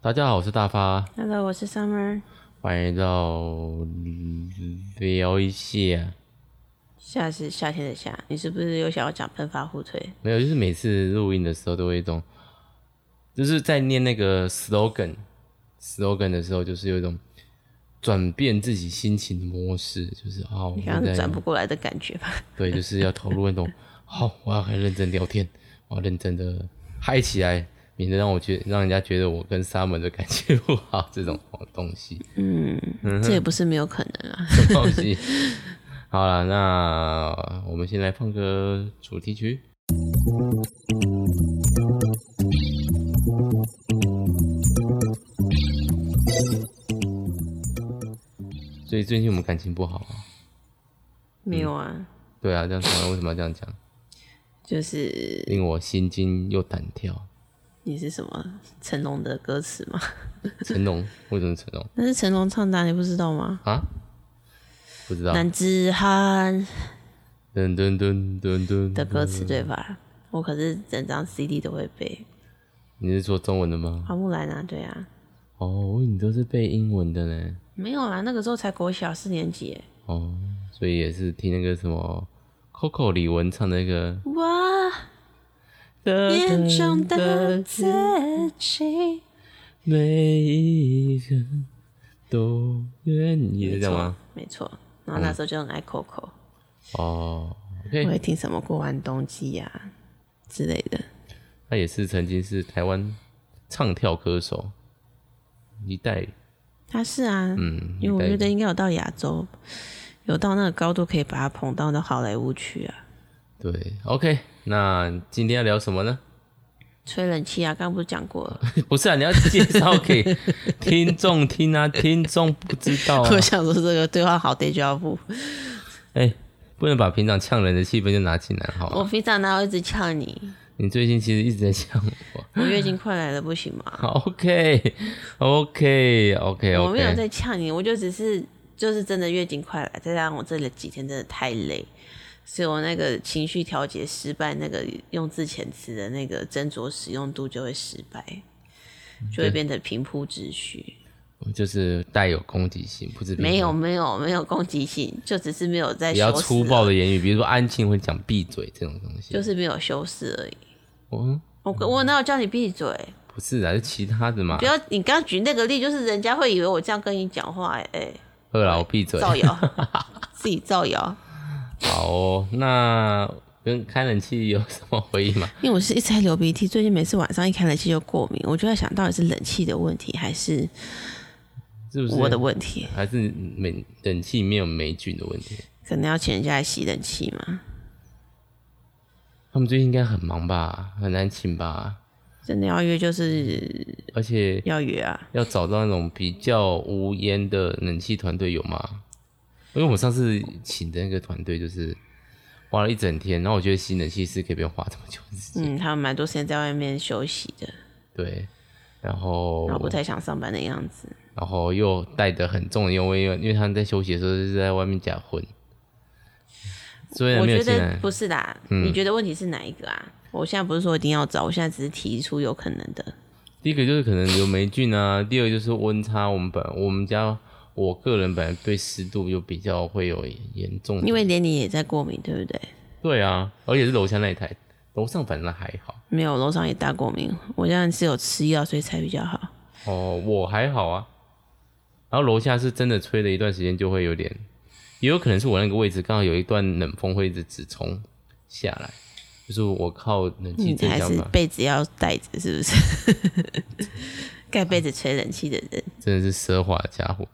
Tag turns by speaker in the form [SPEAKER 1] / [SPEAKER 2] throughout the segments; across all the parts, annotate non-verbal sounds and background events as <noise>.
[SPEAKER 1] 大家好，我是大发，
[SPEAKER 2] Hello，我是 Summer。
[SPEAKER 1] 欢迎到聊一下。
[SPEAKER 2] 夏是夏天的夏，你是不是又想要讲喷发互吹？
[SPEAKER 1] 没有，就是每次录音的时候都会有一种，就是在念那个 slogan slogan 的时候，就是有一种转变自己心情的模式，就是啊，我
[SPEAKER 2] 你刚
[SPEAKER 1] 现在
[SPEAKER 2] 刚转不过来的感觉吧？
[SPEAKER 1] 对，就是要投入那
[SPEAKER 2] <laughs>
[SPEAKER 1] 种好，我要很认真聊天，我要认真的嗨起来，免得让我觉让人家觉得我跟 Summer 的感情不好这种东西。嗯
[SPEAKER 2] 这也不是没有可能啊。
[SPEAKER 1] <laughs> 东西。好了，那我们先来放个主题曲。所以最近我们感情不好啊？
[SPEAKER 2] 没有啊，
[SPEAKER 1] 对啊，这样讲为什么要这样讲？
[SPEAKER 2] 就是
[SPEAKER 1] 令我心惊又胆跳。
[SPEAKER 2] 你是什么成龙的歌词吗？ <laughs>
[SPEAKER 1] 成龙，为什么是成龙
[SPEAKER 2] 那是成龙唱的啊，你不知道吗？
[SPEAKER 1] 啊？不知道。
[SPEAKER 2] 男子汉
[SPEAKER 1] 噔噔噔噔噔
[SPEAKER 2] 的歌词对
[SPEAKER 1] 嗯
[SPEAKER 2] 吧？我可是整张 CD 都会背。
[SPEAKER 1] 你是说中文的吗？
[SPEAKER 2] 花木兰啊，对啊，
[SPEAKER 1] 哦，我以为你都是背英文的呢。
[SPEAKER 2] 没有啊，那个时候才国小四年级耶。
[SPEAKER 1] 哦，所以也是听那个什么 Coco 李玟唱的那个
[SPEAKER 2] 哇，眼中
[SPEAKER 1] 嗯
[SPEAKER 2] 的自己，
[SPEAKER 1] 每一个都愿意，是这样吗？
[SPEAKER 2] 没错。然后那时候就很爱 Coco。
[SPEAKER 1] 哦
[SPEAKER 2] 我
[SPEAKER 1] ，OK，
[SPEAKER 2] 会听什么过完冬季呀、之类的。
[SPEAKER 1] 他也是曾经是台湾唱跳歌手一代，
[SPEAKER 2] 他是啊，
[SPEAKER 1] 嗯，
[SPEAKER 2] 因为我
[SPEAKER 1] 一代
[SPEAKER 2] 觉得应该有到亚洲，有到那个高度可以把他捧到那好莱坞去啊，
[SPEAKER 1] 对，OK，那今天要聊什么呢？ <laughs>
[SPEAKER 2] 吹冷气啊，刚刚不是讲过 <laughs> 了？
[SPEAKER 1] 不是啊，你要介绍给听众听啊， <laughs> 听众不知道、啊
[SPEAKER 2] 我，想说这个对话好 d e j a vu，
[SPEAKER 1] 哎、不能把平常呛人的气氛就拿进来，好
[SPEAKER 2] 我
[SPEAKER 1] 吗？
[SPEAKER 2] 平常哪有一直呛你？
[SPEAKER 1] 你最近其实一直在呛我。
[SPEAKER 2] 我月经快来了，不行吗？
[SPEAKER 1] <laughs> OK OK OK
[SPEAKER 2] 我没有
[SPEAKER 1] OK，
[SPEAKER 2] 在呛你，我就只是就是真的月经快来，再加上我这里几天真的太累，所以我那个情绪调节失败，那个用字遣词的那个斟酌使用度就会失败，就会变得平铺直叙。
[SPEAKER 1] 就是带有攻击性，不是
[SPEAKER 2] 没有没有没有攻击性，就只是没有在啊
[SPEAKER 1] 比较
[SPEAKER 2] 修
[SPEAKER 1] 粗
[SPEAKER 2] 饰
[SPEAKER 1] 暴
[SPEAKER 2] 而已，
[SPEAKER 1] 的言语，比如说安静会讲闭嘴这种东西。
[SPEAKER 2] 就是没有修饰而已。
[SPEAKER 1] 嗯，
[SPEAKER 2] 我我哪有叫你闭嘴？
[SPEAKER 1] 不是啊，是其他的嘛
[SPEAKER 2] 不。要，你刚刚举那个例，就是人家会以为我这样跟你讲话、哎、
[SPEAKER 1] 二老闭嘴。
[SPEAKER 2] 造谣，自己造谣。
[SPEAKER 1] 好哦，那跟开冷气有什么回应吗？ <laughs>
[SPEAKER 2] 因为我是一直在流鼻涕，最近每次晚上一开冷气就过敏，我就在想到底是冷气的问题还是
[SPEAKER 1] 是不是啊
[SPEAKER 2] 我的问题，
[SPEAKER 1] 还是美冷气里面有霉菌的问题？
[SPEAKER 2] 可能要请人家来洗冷气嘛，
[SPEAKER 1] 他们最近应该很忙吧，很难请吧，
[SPEAKER 2] 真的要约就是
[SPEAKER 1] 而且
[SPEAKER 2] 要约啊，
[SPEAKER 1] 要找到那种比较无烟的冷气团队有吗？因为我上次请的那个团队就是花了一整天，然后我觉得洗冷气是可以不用花这么久的时间，
[SPEAKER 2] 嗯，他们蛮多时间在外面休息的，
[SPEAKER 1] 对，然后
[SPEAKER 2] 然后不太想上班的样子，
[SPEAKER 1] 然后又带的很重的烟味，因为因为他们在休息的时候是在外面假混，虽然
[SPEAKER 2] 我
[SPEAKER 1] 没有嗯
[SPEAKER 2] 觉
[SPEAKER 1] 进
[SPEAKER 2] 得
[SPEAKER 1] 来，
[SPEAKER 2] 不是啦，你觉得问题是哪一个啊？我现在不是说一定要找，我现在只是提出有可能的，
[SPEAKER 1] 第一个就是可能有霉菌啊， <laughs> 第二个就是温差，我们本我们家我个人本来对湿度就比较会有严重的
[SPEAKER 2] 因为连你也在过敏，对不对？
[SPEAKER 1] 对啊，而且是楼下那一台，楼上反正还好。
[SPEAKER 2] 没有，楼上也大过敏，我现在是有吃药，所以才比较好。
[SPEAKER 1] 哦，我还好啊。然后楼下是真的吹了一段时间，就会有点，也有可能是我那个位置刚好有一段冷风会一直直冲下来，就是我靠冷气
[SPEAKER 2] 你
[SPEAKER 1] 正
[SPEAKER 2] 嗯还
[SPEAKER 1] 相
[SPEAKER 2] 是
[SPEAKER 1] 反，
[SPEAKER 2] 被子要带着，是不是？
[SPEAKER 1] <laughs>
[SPEAKER 2] 盖被子吹冷气的人，
[SPEAKER 1] 真的是奢华的家伙。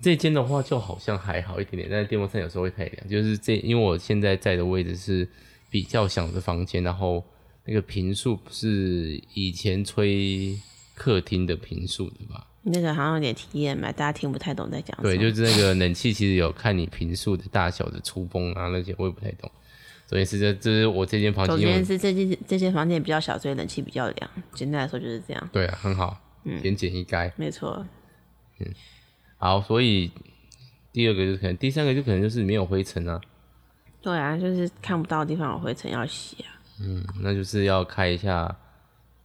[SPEAKER 1] 这间的话就好像还好一点点，但是电风扇有时候会太凉。就是这，因为我现在在的位置是比较小的房间，然后那个频数不是以前吹客厅的频数的吧？
[SPEAKER 2] 那个好像有点体验嘛，大家听不太懂在啊讲什么。
[SPEAKER 1] 对，就是那个冷气，其实有看你频数的大小的出风啊那些，我也不太懂。所以是这，这是我这间房
[SPEAKER 2] 总
[SPEAKER 1] 间
[SPEAKER 2] 之
[SPEAKER 1] 用，
[SPEAKER 2] 是这间这间房间比较小，所以冷气比较凉。简单来说就是这样，
[SPEAKER 1] 对啊，很好，
[SPEAKER 2] 嗯
[SPEAKER 1] 言简意赅。
[SPEAKER 2] 没错。
[SPEAKER 1] 好，所以第二个就是可能，第三个就可能就是没有灰尘啊，
[SPEAKER 2] 对啊，就是看不到的地方有灰尘要洗啊。
[SPEAKER 1] 嗯，那就是要开一下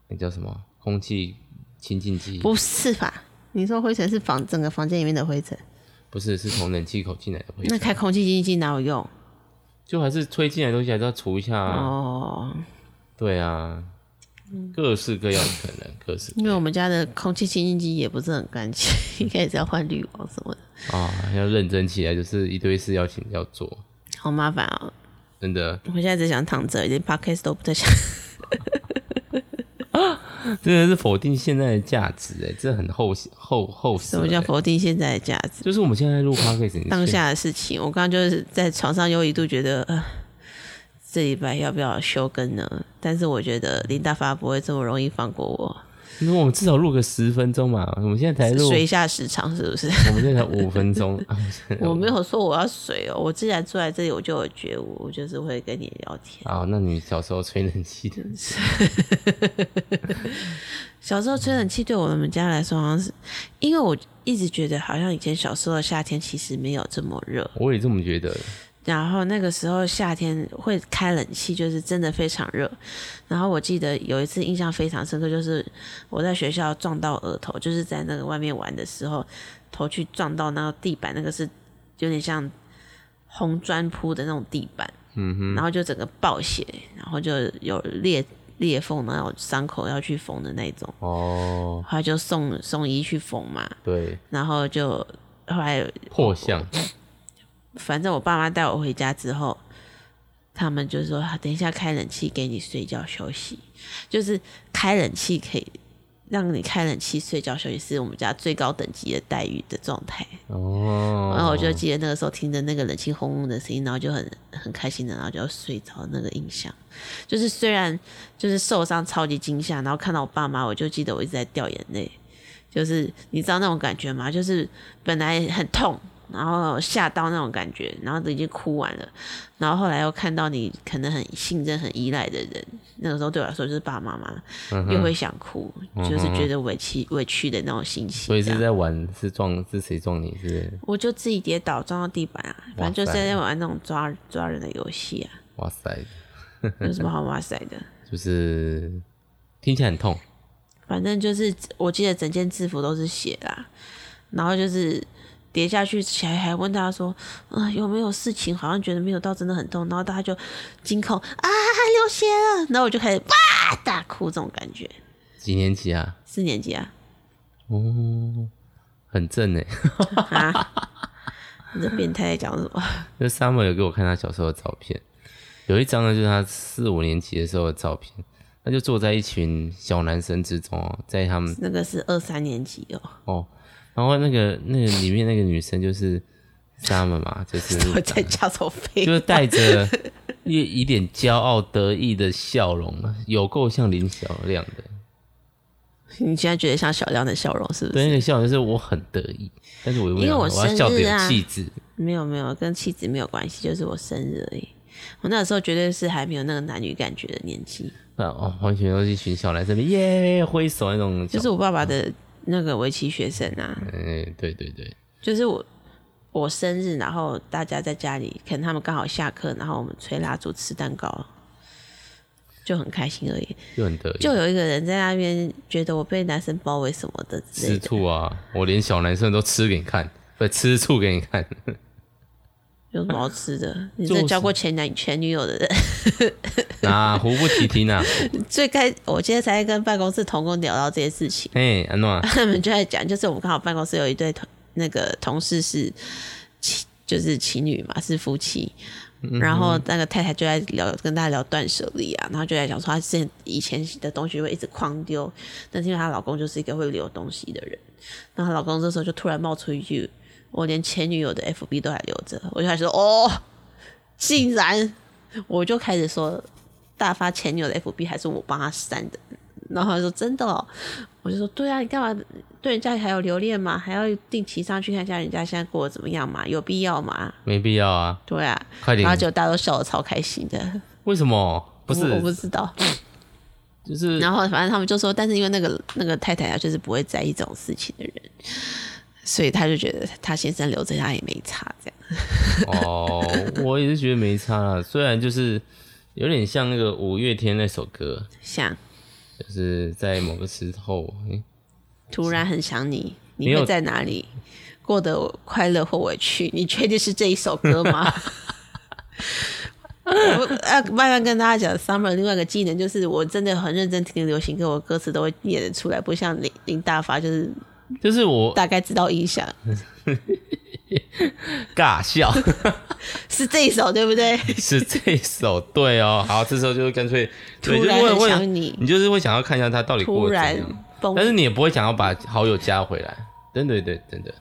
[SPEAKER 1] 那叫什么空气清净机，
[SPEAKER 2] 不是吧？你说灰尘是房整个房间里面的灰尘，
[SPEAKER 1] 不是是从冷气口进来的灰
[SPEAKER 2] 那
[SPEAKER 1] 尘，
[SPEAKER 2] 开空气净化器哪有用？
[SPEAKER 1] 就还是吹进来的东西还是要除一下、啊。
[SPEAKER 2] 哦，嗯
[SPEAKER 1] 对啊，各式各样的可能，各式
[SPEAKER 2] 因为我们家的空气清净机也不是很干净， <laughs> 应该也是要换滤网什么的，
[SPEAKER 1] 啊，要认真起来，就是一堆事要请要做，
[SPEAKER 2] 好麻烦哦。
[SPEAKER 1] 真的，
[SPEAKER 2] 我现在只想躺着，连 podcast 都不太想。
[SPEAKER 1] 真的是否定现在的价值哎，这很后后后什
[SPEAKER 2] 什么叫否定现在的价值？
[SPEAKER 1] 欸就是我们现在录 podcast
[SPEAKER 2] 当下的事情，我刚刚就是在床上又一度觉得，呃、这礼拜要不要休更呢？但是我觉得林大发不会这么容易放过我，
[SPEAKER 1] 你说我们至少录个十分钟嘛，我们现在才录，
[SPEAKER 2] 水下时长是不是？
[SPEAKER 1] 我们现在才五分钟，
[SPEAKER 2] <laughs>
[SPEAKER 1] <laughs> 啊
[SPEAKER 2] 我没有说我要水哦，我既然坐在这里，我就有觉悟，我就是会跟你聊天。
[SPEAKER 1] 啊，那你小时候吹冷气
[SPEAKER 2] <laughs>
[SPEAKER 1] 的，
[SPEAKER 2] 小时候吹冷气对我们家来说，好像是因为我一直觉得，好像以前小时候的夏天其实没有这么热，
[SPEAKER 1] 我也这么觉得。
[SPEAKER 2] 然后那个时候夏天会开冷气，就是真的非常热。然后我记得有一次印象非常深刻，就是我在学校撞到额头，就是在那个外面玩的时候，头去撞到那个地板，那个是有点像红砖铺的那种地板，
[SPEAKER 1] 嗯
[SPEAKER 2] 哼，然后就整个爆血，然后就有裂裂缝，然后有伤口要去缝的那种，
[SPEAKER 1] 哦，
[SPEAKER 2] 后来就送送医去缝嘛，
[SPEAKER 1] 对，
[SPEAKER 2] 然后就后来
[SPEAKER 1] 破相，
[SPEAKER 2] 反正我爸妈带我回家之后，他们就说啊等一下开冷气给你睡觉休息，就是开冷气可以让你开冷气睡觉休息，是我们家最高等级的待遇的状态。
[SPEAKER 1] 哦，
[SPEAKER 2] 然后我就记得那个时候听着那个冷气轰轰的声音，然后就很很开心的，然后就睡着那个印象。就是虽然就是受伤超级惊吓，然后看到我爸妈，我就记得我一直在掉眼泪。就是你知道那种感觉吗？就是本来很痛，然后吓到那种感觉，然后都已经哭完了，然后后来又看到你可能很信任、很依赖的人，那个时候对我来说就是爸爸妈妈，
[SPEAKER 1] 嗯
[SPEAKER 2] 又会想哭，就是觉得委屈、委屈的那种心情。
[SPEAKER 1] 所以
[SPEAKER 2] 这样
[SPEAKER 1] 是在玩，是撞，是谁撞你？是，
[SPEAKER 2] 我就自己跌倒撞到地板啊，反正就
[SPEAKER 1] 哇
[SPEAKER 2] 是
[SPEAKER 1] 塞
[SPEAKER 2] 在玩那种抓抓人的游戏啊，
[SPEAKER 1] 哇塞，
[SPEAKER 2] 有什么好哇塞的？ <laughs>
[SPEAKER 1] 就是听起来很痛，
[SPEAKER 2] 反正就是我记得整件制服都是血啦，然后就是跌下去起来还问大家说，啊、有没有事情？好像觉得没有到真的很痛，然后大家就惊恐啊流血了，然后我就开始哇大哭，这种感觉。
[SPEAKER 1] 几年级啊？
[SPEAKER 2] 四年级啊，
[SPEAKER 1] 哦，很正哎。
[SPEAKER 2] 啊，你这变态在讲什么？
[SPEAKER 1] 那 Summer 有给我看他小时候的照片，有一张呢，就是他四五年级的时候的照片，他就坐在一群小男生之中哦，在他们
[SPEAKER 2] 那个是二三年级哦，
[SPEAKER 1] 哦，然后那个那个里面那个女生就是 Summer 嘛，就是
[SPEAKER 2] <laughs>
[SPEAKER 1] 呃
[SPEAKER 2] 我在家手飞
[SPEAKER 1] 啊就是带着一 <laughs> 一点骄傲得意的笑容，啊有够像林小亮的。
[SPEAKER 2] 你现在觉得像小亮的笑容是不是？
[SPEAKER 1] 对，那个笑容就是我很得意，但是我又没
[SPEAKER 2] 因为
[SPEAKER 1] 有
[SPEAKER 2] 我
[SPEAKER 1] 我要
[SPEAKER 2] 生
[SPEAKER 1] 笑得
[SPEAKER 2] 日
[SPEAKER 1] 有
[SPEAKER 2] 啊
[SPEAKER 1] 气质。
[SPEAKER 2] 没有没有，跟气质没有关系，就是我生日而已。我那时候绝对是还没有那个男女感觉的年纪，
[SPEAKER 1] 那哦，完全都是一群小男生，耶，挥手那种小。
[SPEAKER 2] 就是我爸爸的那个围棋学生啊，
[SPEAKER 1] 嗯，对对对，
[SPEAKER 2] 就是我我生日，然后大家在家里，可能他们刚好下课，然后我们吹蜡烛吃蛋糕，就很开心而已。
[SPEAKER 1] 就很得意。
[SPEAKER 2] 就有一个人在那边觉得我被男生包围什么的之类
[SPEAKER 1] 吃
[SPEAKER 2] 的，
[SPEAKER 1] 醋啊！我连小男生都吃给你看，不吃醋给你看。 <laughs>
[SPEAKER 2] 有什么好吃的？你
[SPEAKER 1] 就
[SPEAKER 2] 这
[SPEAKER 1] 是
[SPEAKER 2] 交过前男前女友的人， <laughs>
[SPEAKER 1] 哪壶不提提哪壶。
[SPEAKER 2] 最开我今天才跟办公室同工聊到这些事情。
[SPEAKER 1] <laughs> 嘿，安诺啊，
[SPEAKER 2] 他们就在讲，就是我们刚好办公室有一对同那个同事是情，就是情侣嘛，是夫妻。然后那个太太就在聊，跟大家聊断舍离啊，然后就在讲说，她之前以前的东西会一直狂丢，但是因为她老公就是一个会留东西的人，然后她老公这时候就突然冒出一句：“我连前女友的 FB 都还留着。”我就开始说：“哦，竟然！”我就开始说，大发前女友的 FB 还是我帮他删的。然后他说：“真的哦。”我就说：“对啊，你干嘛对人家还有留恋吗？还要定期上去看一下人家现在过得怎么样嘛？有必要吗
[SPEAKER 1] 没必要啊！？”
[SPEAKER 2] 对啊，
[SPEAKER 1] 快点
[SPEAKER 2] 然后就大家都笑得超开心的。
[SPEAKER 1] 为什么？不
[SPEAKER 2] 我我不
[SPEAKER 1] 是，
[SPEAKER 2] 知道。
[SPEAKER 1] 就是
[SPEAKER 2] 然后反正他们就说，但是因为那个那个太太啊，就是不会在意这种事情的人，所以他就觉得他先生留着他也没差这样。
[SPEAKER 1] 哦，我也是觉得没差啦。虽然就是有点像那个五月天那首歌，
[SPEAKER 2] 像
[SPEAKER 1] 就是在某个时候，诶
[SPEAKER 2] 突然很想你，你
[SPEAKER 1] 没有
[SPEAKER 2] 会在哪里？过得快乐或委屈？你确定是这一首歌吗？ <laughs> 我啊，慢慢跟大家讲，summer 另外一个技能就是，我真的很认真听流行歌，我歌词都会念得出来，不像林林大发就是
[SPEAKER 1] 就是我
[SPEAKER 2] 大概知道意象
[SPEAKER 1] 尬笑 <laughs>
[SPEAKER 2] 是这一首对不对？
[SPEAKER 1] 是这一首，对哦。好，这时候就是干脆，对
[SPEAKER 2] 突然
[SPEAKER 1] 就是
[SPEAKER 2] 很
[SPEAKER 1] 会
[SPEAKER 2] 想
[SPEAKER 1] 会
[SPEAKER 2] 你
[SPEAKER 1] 你就是会想要看一下他到底
[SPEAKER 2] 突
[SPEAKER 1] 过得
[SPEAKER 2] 然
[SPEAKER 1] 怎样，
[SPEAKER 2] 崩，
[SPEAKER 1] 但是你也不会想要把好友加回来，真的对真的。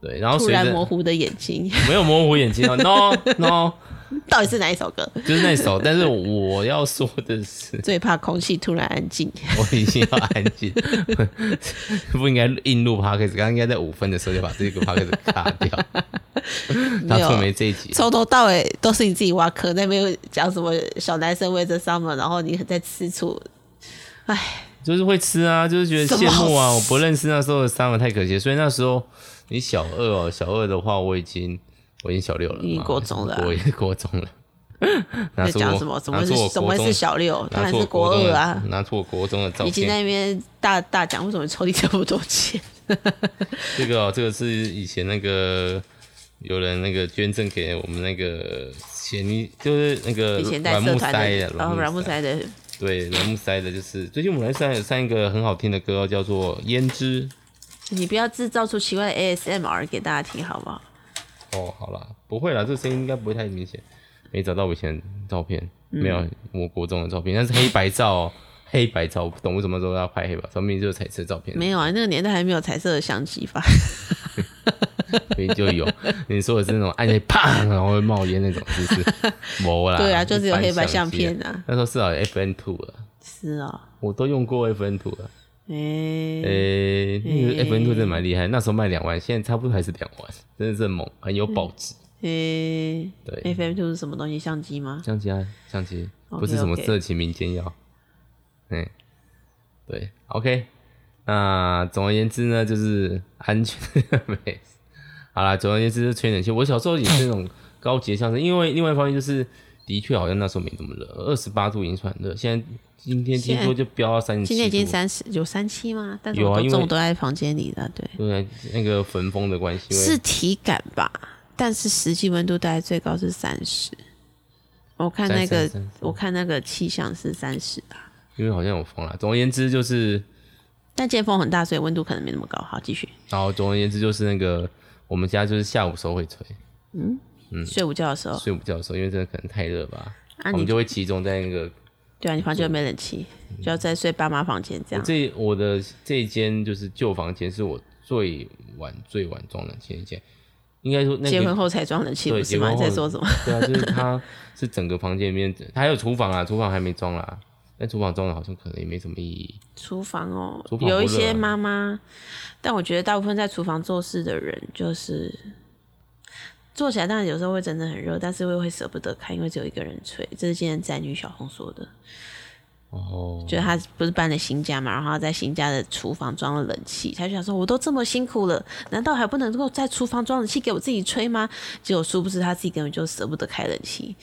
[SPEAKER 1] 对，然后
[SPEAKER 2] 突
[SPEAKER 1] 随
[SPEAKER 2] 然
[SPEAKER 1] 着
[SPEAKER 2] 模糊的眼睛，
[SPEAKER 1] 没有模糊眼睛哦，no no，
[SPEAKER 2] 到底是哪一首歌？
[SPEAKER 1] 就是那首。但是我要说的是，
[SPEAKER 2] 最怕空气突然安静。
[SPEAKER 1] 我已经要安静，不应该硬录 podcast，刚刚应该在五分的时候就把这个 podcast 卡掉。他
[SPEAKER 2] <laughs> 没有
[SPEAKER 1] 错没这一集，
[SPEAKER 2] 从头到尾都是你自己挖坑，那边有讲什么小男生为这 summer，然后你很在吃醋，哎，
[SPEAKER 1] 就是会吃啊，就是觉得
[SPEAKER 2] 什么
[SPEAKER 1] 羡慕啊。
[SPEAKER 2] 好
[SPEAKER 1] 我不认识那时候的三文太可惜了，所以那时候你小二哦，小二的话我已经我已经小六了嘛，
[SPEAKER 2] 已经国中了啊
[SPEAKER 1] 我已经国中
[SPEAKER 2] <laughs>
[SPEAKER 1] 了。拿
[SPEAKER 2] 在
[SPEAKER 1] 出
[SPEAKER 2] 讲
[SPEAKER 1] 我
[SPEAKER 2] 什么？什
[SPEAKER 1] 拿
[SPEAKER 2] 么
[SPEAKER 1] 出
[SPEAKER 2] 是
[SPEAKER 1] 我
[SPEAKER 2] 什
[SPEAKER 1] 国
[SPEAKER 2] 么
[SPEAKER 1] 中
[SPEAKER 2] 是小六？当
[SPEAKER 1] 拿
[SPEAKER 2] 然
[SPEAKER 1] 出我
[SPEAKER 2] 是国
[SPEAKER 1] 中
[SPEAKER 2] 二
[SPEAKER 1] 的
[SPEAKER 2] 啊！
[SPEAKER 1] 拿出我国中的照
[SPEAKER 2] 已经
[SPEAKER 1] 片。
[SPEAKER 2] 在那边大大讲，为什么抽你这么多钱？
[SPEAKER 1] 这个哦，这个是以前那个有人那个捐赠给我们那个前一，就是那个
[SPEAKER 2] 以前带
[SPEAKER 1] 呃软
[SPEAKER 2] 社
[SPEAKER 1] 木
[SPEAKER 2] 团
[SPEAKER 1] 塞的
[SPEAKER 2] 的，然后软木塞的
[SPEAKER 1] 对软木塞的，就是最近我们来上上一个很好听的歌哦，叫做《胭脂》
[SPEAKER 2] 你不要制造出奇怪的 ASMR 给大家听好不好？
[SPEAKER 1] 哦。好啦，不会啦，这个声音应该不会太明显。没找到我以前的照片，
[SPEAKER 2] 嗯
[SPEAKER 1] 没有我国中的照片，但是黑白照、哦， <laughs> 黑白照，我不懂为什么说要拍黑白照，明明就是彩色照片，
[SPEAKER 2] 没有啊，那个年代还没有彩色的相机
[SPEAKER 1] <laughs>
[SPEAKER 2] 吧？
[SPEAKER 1] 所以就
[SPEAKER 2] <laughs>
[SPEAKER 1] 有。你说的是那种按下去啪，然后会冒烟那种，是不
[SPEAKER 2] <laughs>
[SPEAKER 1] 是？没啦，
[SPEAKER 2] 对啊，就
[SPEAKER 1] 一
[SPEAKER 2] 是有
[SPEAKER 1] 般
[SPEAKER 2] 黑白
[SPEAKER 1] 相
[SPEAKER 2] 相
[SPEAKER 1] 机
[SPEAKER 2] 片啊。
[SPEAKER 1] 那时候是好 FN Two 了，
[SPEAKER 2] 是哦，
[SPEAKER 1] 我都用过 FN Two 了。
[SPEAKER 2] 诶、
[SPEAKER 1] 诶、那个
[SPEAKER 2] 嗯诶
[SPEAKER 1] FN Two 真的蛮厉害，那时候卖两万，现在差不多还是两万，真的是猛，很有保值。
[SPEAKER 2] 诶、
[SPEAKER 1] 对，
[SPEAKER 2] f m Two 是什么东西？相机吗？
[SPEAKER 1] 相机啊，相机
[SPEAKER 2] OK，
[SPEAKER 1] 不是什么
[SPEAKER 2] 哦 OK
[SPEAKER 1] 色情民间药。嗯，对，OK。那总而言之呢，就是安全没事。好啦，总而言之就是吹冷气。我小时候也是那种高级的相声，因为另外一方面就是，的确好像那时候没这么热，二十八度已经算热，现在今天听说就飙到三十七度。
[SPEAKER 2] 今天已经三十有三期吗？但是
[SPEAKER 1] 有啊
[SPEAKER 2] 我都
[SPEAKER 1] 因为
[SPEAKER 2] 中午都在房间里了，对，
[SPEAKER 1] 对，那个焚风的关系，因为
[SPEAKER 2] 是体感吧？但是实际温度大概最高是三十。我看那个
[SPEAKER 1] 33，
[SPEAKER 2] 我看那个气象是三十吧，
[SPEAKER 1] 因为好像有风啦。总而言之就是，
[SPEAKER 2] 但见风很大，所以温度可能没那么高。好，继续
[SPEAKER 1] 然后总而言之就是那个我们家就是下午时候会吹，
[SPEAKER 2] 睡午觉的时候，
[SPEAKER 1] 睡午觉的时候，因为真的可能太热吧，
[SPEAKER 2] 啊
[SPEAKER 1] 嗯我
[SPEAKER 2] 你
[SPEAKER 1] 们就会集中在那个
[SPEAKER 2] 对啊，你房间又没冷气，就要再睡爸妈房间这样。
[SPEAKER 1] 这我的这一间就是旧房间，是我最晚最晚装的前一间，应该说那个
[SPEAKER 2] 结婚后才装冷气
[SPEAKER 1] 对
[SPEAKER 2] 不是
[SPEAKER 1] 结
[SPEAKER 2] 吗？
[SPEAKER 1] 婚
[SPEAKER 2] 你
[SPEAKER 1] 后
[SPEAKER 2] 在说什么？
[SPEAKER 1] 对啊，就是它是整个房间里面，它还有厨房啊，厨房还没装啦，但厨房装的好像可能也没什么意义。
[SPEAKER 2] 厨房哦，
[SPEAKER 1] 厨房不热啊
[SPEAKER 2] 有一些妈妈，但我觉得大部分在厨房做事的人，就是做起来，当然有时候会真的很热，但是会会舍不得开，因为只有一个人吹。这是今天宅女小红说的，
[SPEAKER 1] 哦，
[SPEAKER 2] 就是她不是搬了新家嘛，然后她在新家的厨房装了冷气，她就想说，我都这么辛苦了，难道还不能够在厨房装冷气给我自己吹吗？结果殊不知她自己根本就舍不得开冷气，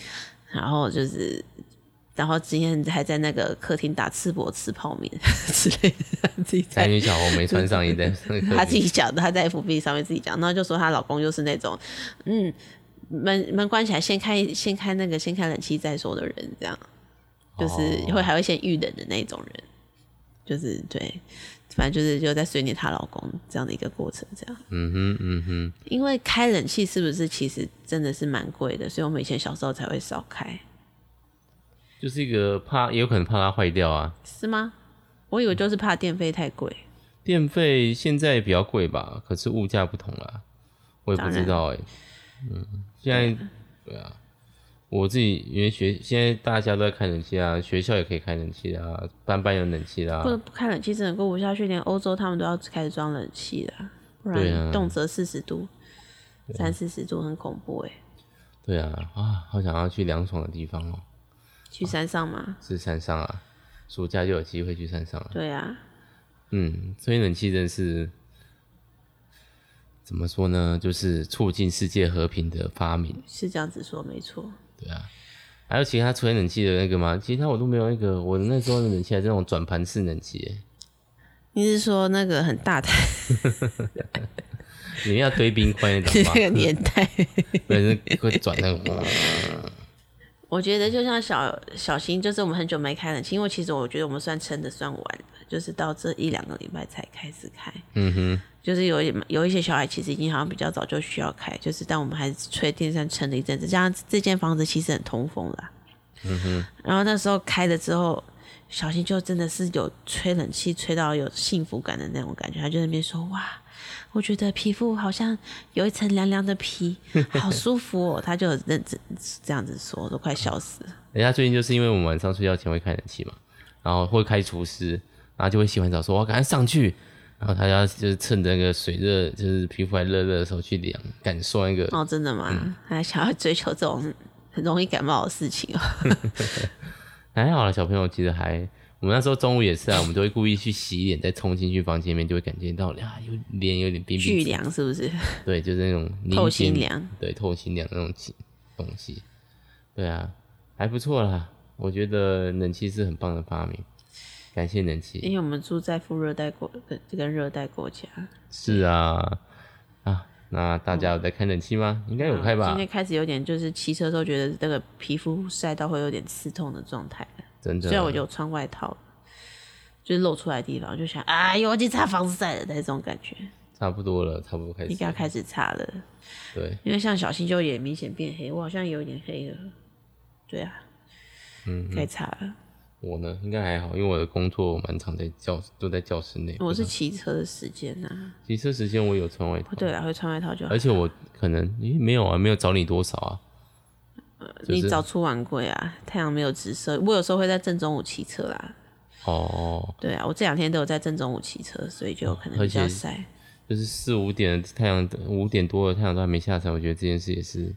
[SPEAKER 2] 然后就是。然后今天还在那个客厅打赤膊吃泡面之类的，自己在
[SPEAKER 1] 宅女小红没穿上衣在那
[SPEAKER 2] <laughs>
[SPEAKER 1] 个
[SPEAKER 2] 她自己讲的，她在 FB 上面自己讲，然后就说她老公就是那种，嗯，门门关起来先开先开那个先开冷气再说的人，这样，就是
[SPEAKER 1] 哦
[SPEAKER 2] 会还会先预冷的那种人，就是对，反正就是就在随念她老公这样的一个过程，这样。
[SPEAKER 1] 嗯哼嗯哼，
[SPEAKER 2] 因为开冷气是不是其实真的是蛮贵的，所以我们以前小时候才会少开，
[SPEAKER 1] 就是一个怕，也有可能怕它坏掉啊。
[SPEAKER 2] 是吗？我以为就是怕电费太贵，
[SPEAKER 1] 电费现在比较贵吧，可是物价不同啦，我也不知道哎、嗯，现在对啊，我自己因为学现在大家都在开冷气啊，学校也可以开冷气啊，班班有冷气啦
[SPEAKER 2] 不，能不开冷气真的过不下去，连欧洲他们都要开始装冷气了啊，不
[SPEAKER 1] 对啊
[SPEAKER 2] 然动辄四十度、三四十度很恐怖哎、
[SPEAKER 1] 对啊，啊，好想要去凉爽的地方哦、
[SPEAKER 2] 去山上吗？
[SPEAKER 1] 是山上啊，暑假就有机会去山上了。
[SPEAKER 2] 对啊，
[SPEAKER 1] 嗯，吹冷气真的是怎么说呢？就是促进世界和平的发明。
[SPEAKER 2] 是这样子说没错。
[SPEAKER 1] 对啊，还有其他吹冷气的那个吗？其他我都没有那个，我那时候的冷气还是那种转盘式冷气耶，
[SPEAKER 2] 你是说那个很大台
[SPEAKER 1] 里面要堆冰块那种
[SPEAKER 2] <laughs>
[SPEAKER 1] 吗？
[SPEAKER 2] 那个年代？
[SPEAKER 1] 不然就会转那个。
[SPEAKER 2] 我觉得就像小小新，就是我们很久没开冷气，因为其实我觉得我们算撑的算晚了，就是到这一两个礼拜才开始开。
[SPEAKER 1] 嗯哼，
[SPEAKER 2] 就是有一有一些小孩其实已经好像比较早就需要开，就是但我们还是吹电扇撑了一阵子，加上这间房子其实很通风啦。嗯哼。然后那时候开了之后，小新就真的是有吹冷气吹到有幸福感的那种感觉，他就在那边说哇。我觉得皮肤好像有一层凉凉的皮，好舒服哦！他就有认真这样子说，我都快笑死了。
[SPEAKER 1] 人家最近就是因为我们晚上睡觉前会开冷气嘛，然后会开除湿，然后就会洗完澡说我要赶快上
[SPEAKER 2] 嗯
[SPEAKER 1] 去，然后大家就是趁着那个水热，就是皮肤还热热的时候去量，感受那个
[SPEAKER 2] 哦，真的吗？还想要追求这种很容易感冒的事情哦？
[SPEAKER 1] 还好啦，小朋友其实还，我们那时候中午也是啊，我们都会故意去洗脸，再冲进去房间里面，就会感觉到呀，有脸有点冰
[SPEAKER 2] 巨
[SPEAKER 1] 冰，
[SPEAKER 2] 凉是不是？
[SPEAKER 1] 对，就是那种凝
[SPEAKER 2] 透心
[SPEAKER 1] 结
[SPEAKER 2] 凉，
[SPEAKER 1] 对，透心凉那种气东西，对啊，还不错啦，我觉得冷气是很棒的发明，感谢冷气，
[SPEAKER 2] 因为我们住在副热带国跟跟热带国家，
[SPEAKER 1] 是啊，啊，那大家有在开冷气吗？应该有开吧
[SPEAKER 2] 啊今，天开始有点就是骑车的时候觉得那个皮肤晒到会有点刺痛的状态了，
[SPEAKER 1] 真的
[SPEAKER 2] 虽，然我有穿外套，就是露出来的地方，我就想啊，又要去擦防晒了，但是这种感觉
[SPEAKER 1] 差不多了，差不多开
[SPEAKER 2] 应
[SPEAKER 1] 始
[SPEAKER 2] 该，要开始擦了，
[SPEAKER 1] 对，
[SPEAKER 2] 因为像小新就也明显变黑，我好像有点黑了，对啊，嗯，该擦了。
[SPEAKER 1] 我呢应该还好，因为我的工作蛮常在教都在教室内，
[SPEAKER 2] 我是骑车的时间呐、
[SPEAKER 1] 骑车时间我有穿外套，
[SPEAKER 2] 对啊，会穿外套就好
[SPEAKER 1] 而。且我可能咦没有啊，没有找你多少啊，
[SPEAKER 2] 你早出晚归啊，太阳没有直射。我有时候会在正中午骑车啦， <laughs>
[SPEAKER 1] 哦，
[SPEAKER 2] 对啊，我这两天都有在正中午骑车，所以就可能
[SPEAKER 1] 而
[SPEAKER 2] 比较
[SPEAKER 1] 且
[SPEAKER 2] 晒。
[SPEAKER 1] 就是四五点的太阳五点多了太阳都还没下山，我觉得这件事也
[SPEAKER 2] <laughs>
[SPEAKER 1] 是，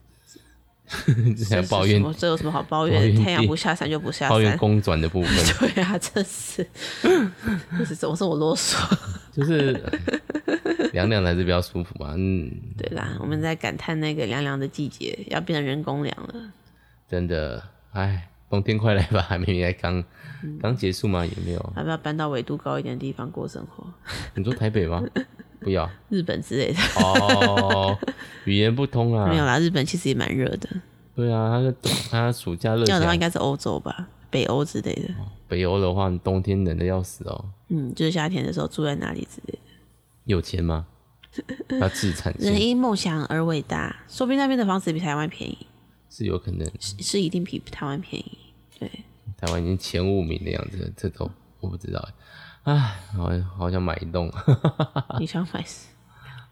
[SPEAKER 1] 还
[SPEAKER 2] 这是
[SPEAKER 1] 抱
[SPEAKER 2] 什
[SPEAKER 1] 怨
[SPEAKER 2] 么这有什么好抱
[SPEAKER 1] 抱
[SPEAKER 2] 怨？
[SPEAKER 1] 怨
[SPEAKER 2] 太阳
[SPEAKER 1] 地
[SPEAKER 2] 不下山就不下
[SPEAKER 1] 抱怨
[SPEAKER 2] 山。
[SPEAKER 1] 公转的部分，
[SPEAKER 2] <laughs> 对啊，真是， <laughs> 不是我是我啰嗦。
[SPEAKER 1] 就是呃凉凉的还是比较舒服嘛，嗯，
[SPEAKER 2] 对啦，我们在感叹那个凉凉的季节要变成人工凉了。
[SPEAKER 1] 真的，哎，冬天快来吧，还没来刚
[SPEAKER 2] 嗯
[SPEAKER 1] 刚结束吗？也没有，
[SPEAKER 2] 要不要搬到纬度高一点的地方过生活？
[SPEAKER 1] 你说台北吗？不
[SPEAKER 2] <laughs>
[SPEAKER 1] 要
[SPEAKER 2] 日本之类的、
[SPEAKER 1] 哦，语言不通
[SPEAKER 2] 没有
[SPEAKER 1] 啊，
[SPEAKER 2] 啦，日本其实也蛮热的。
[SPEAKER 1] 对啊，
[SPEAKER 2] <laughs>
[SPEAKER 1] 他他暑假热起
[SPEAKER 2] 要的话
[SPEAKER 1] 来
[SPEAKER 2] 应，该是欧洲吧，北欧之类的。
[SPEAKER 1] 北欧的话，冬天冷的要死哦。
[SPEAKER 2] 嗯，就是夏天的时候住在哪里之类的。
[SPEAKER 1] 有钱
[SPEAKER 2] <laughs>
[SPEAKER 1] 吗？要自产
[SPEAKER 2] 人
[SPEAKER 1] 性
[SPEAKER 2] 因梦想而伟大，说不定那边的房子比台湾便宜，
[SPEAKER 1] 是有可能。
[SPEAKER 2] 是是一定比台湾便宜。对，
[SPEAKER 1] 台湾已经前五名的样子了，这都我不知道欸。唉，好好想买一栋， <laughs>
[SPEAKER 2] 你想买什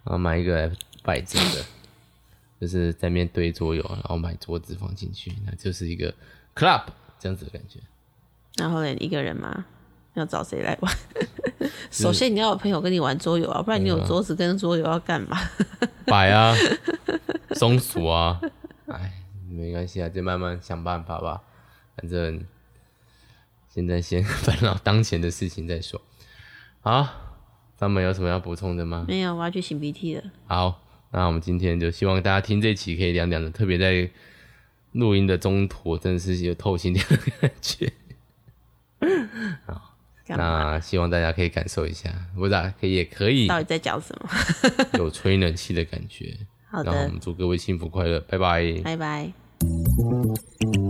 [SPEAKER 1] 然后买一个来摆着的， <laughs> 就是在面堆桌游，然后买桌子放进去，那就是一个 club 这样子的感觉。
[SPEAKER 2] 然后嘞，一个人吗？要找谁来玩？首先你要有朋友跟你玩桌游啊，不然你有桌子跟桌游要干嘛？
[SPEAKER 1] 摆啊，松鼠啊，哎，没关系啊，就慢慢想办法吧。反正现在先 <laughs> 烦恼当前的事情再说。好，他们有什么要补充的吗？
[SPEAKER 2] 没有，我要去擤鼻涕了。
[SPEAKER 1] 好，那我们今天就希望大家听这期可以凉凉的，特别在录音的中途，真的是有透心凉的感觉。
[SPEAKER 2] 干嘛？
[SPEAKER 1] 那希望大家可以感受一下，不是、啊、可以也可以
[SPEAKER 2] 到底在讲什么？
[SPEAKER 1] 有吹冷气的感觉。
[SPEAKER 2] 好
[SPEAKER 1] 然后我
[SPEAKER 2] 的
[SPEAKER 1] 们，祝各位幸福快乐，拜拜。
[SPEAKER 2] 拜拜。
[SPEAKER 1] Thank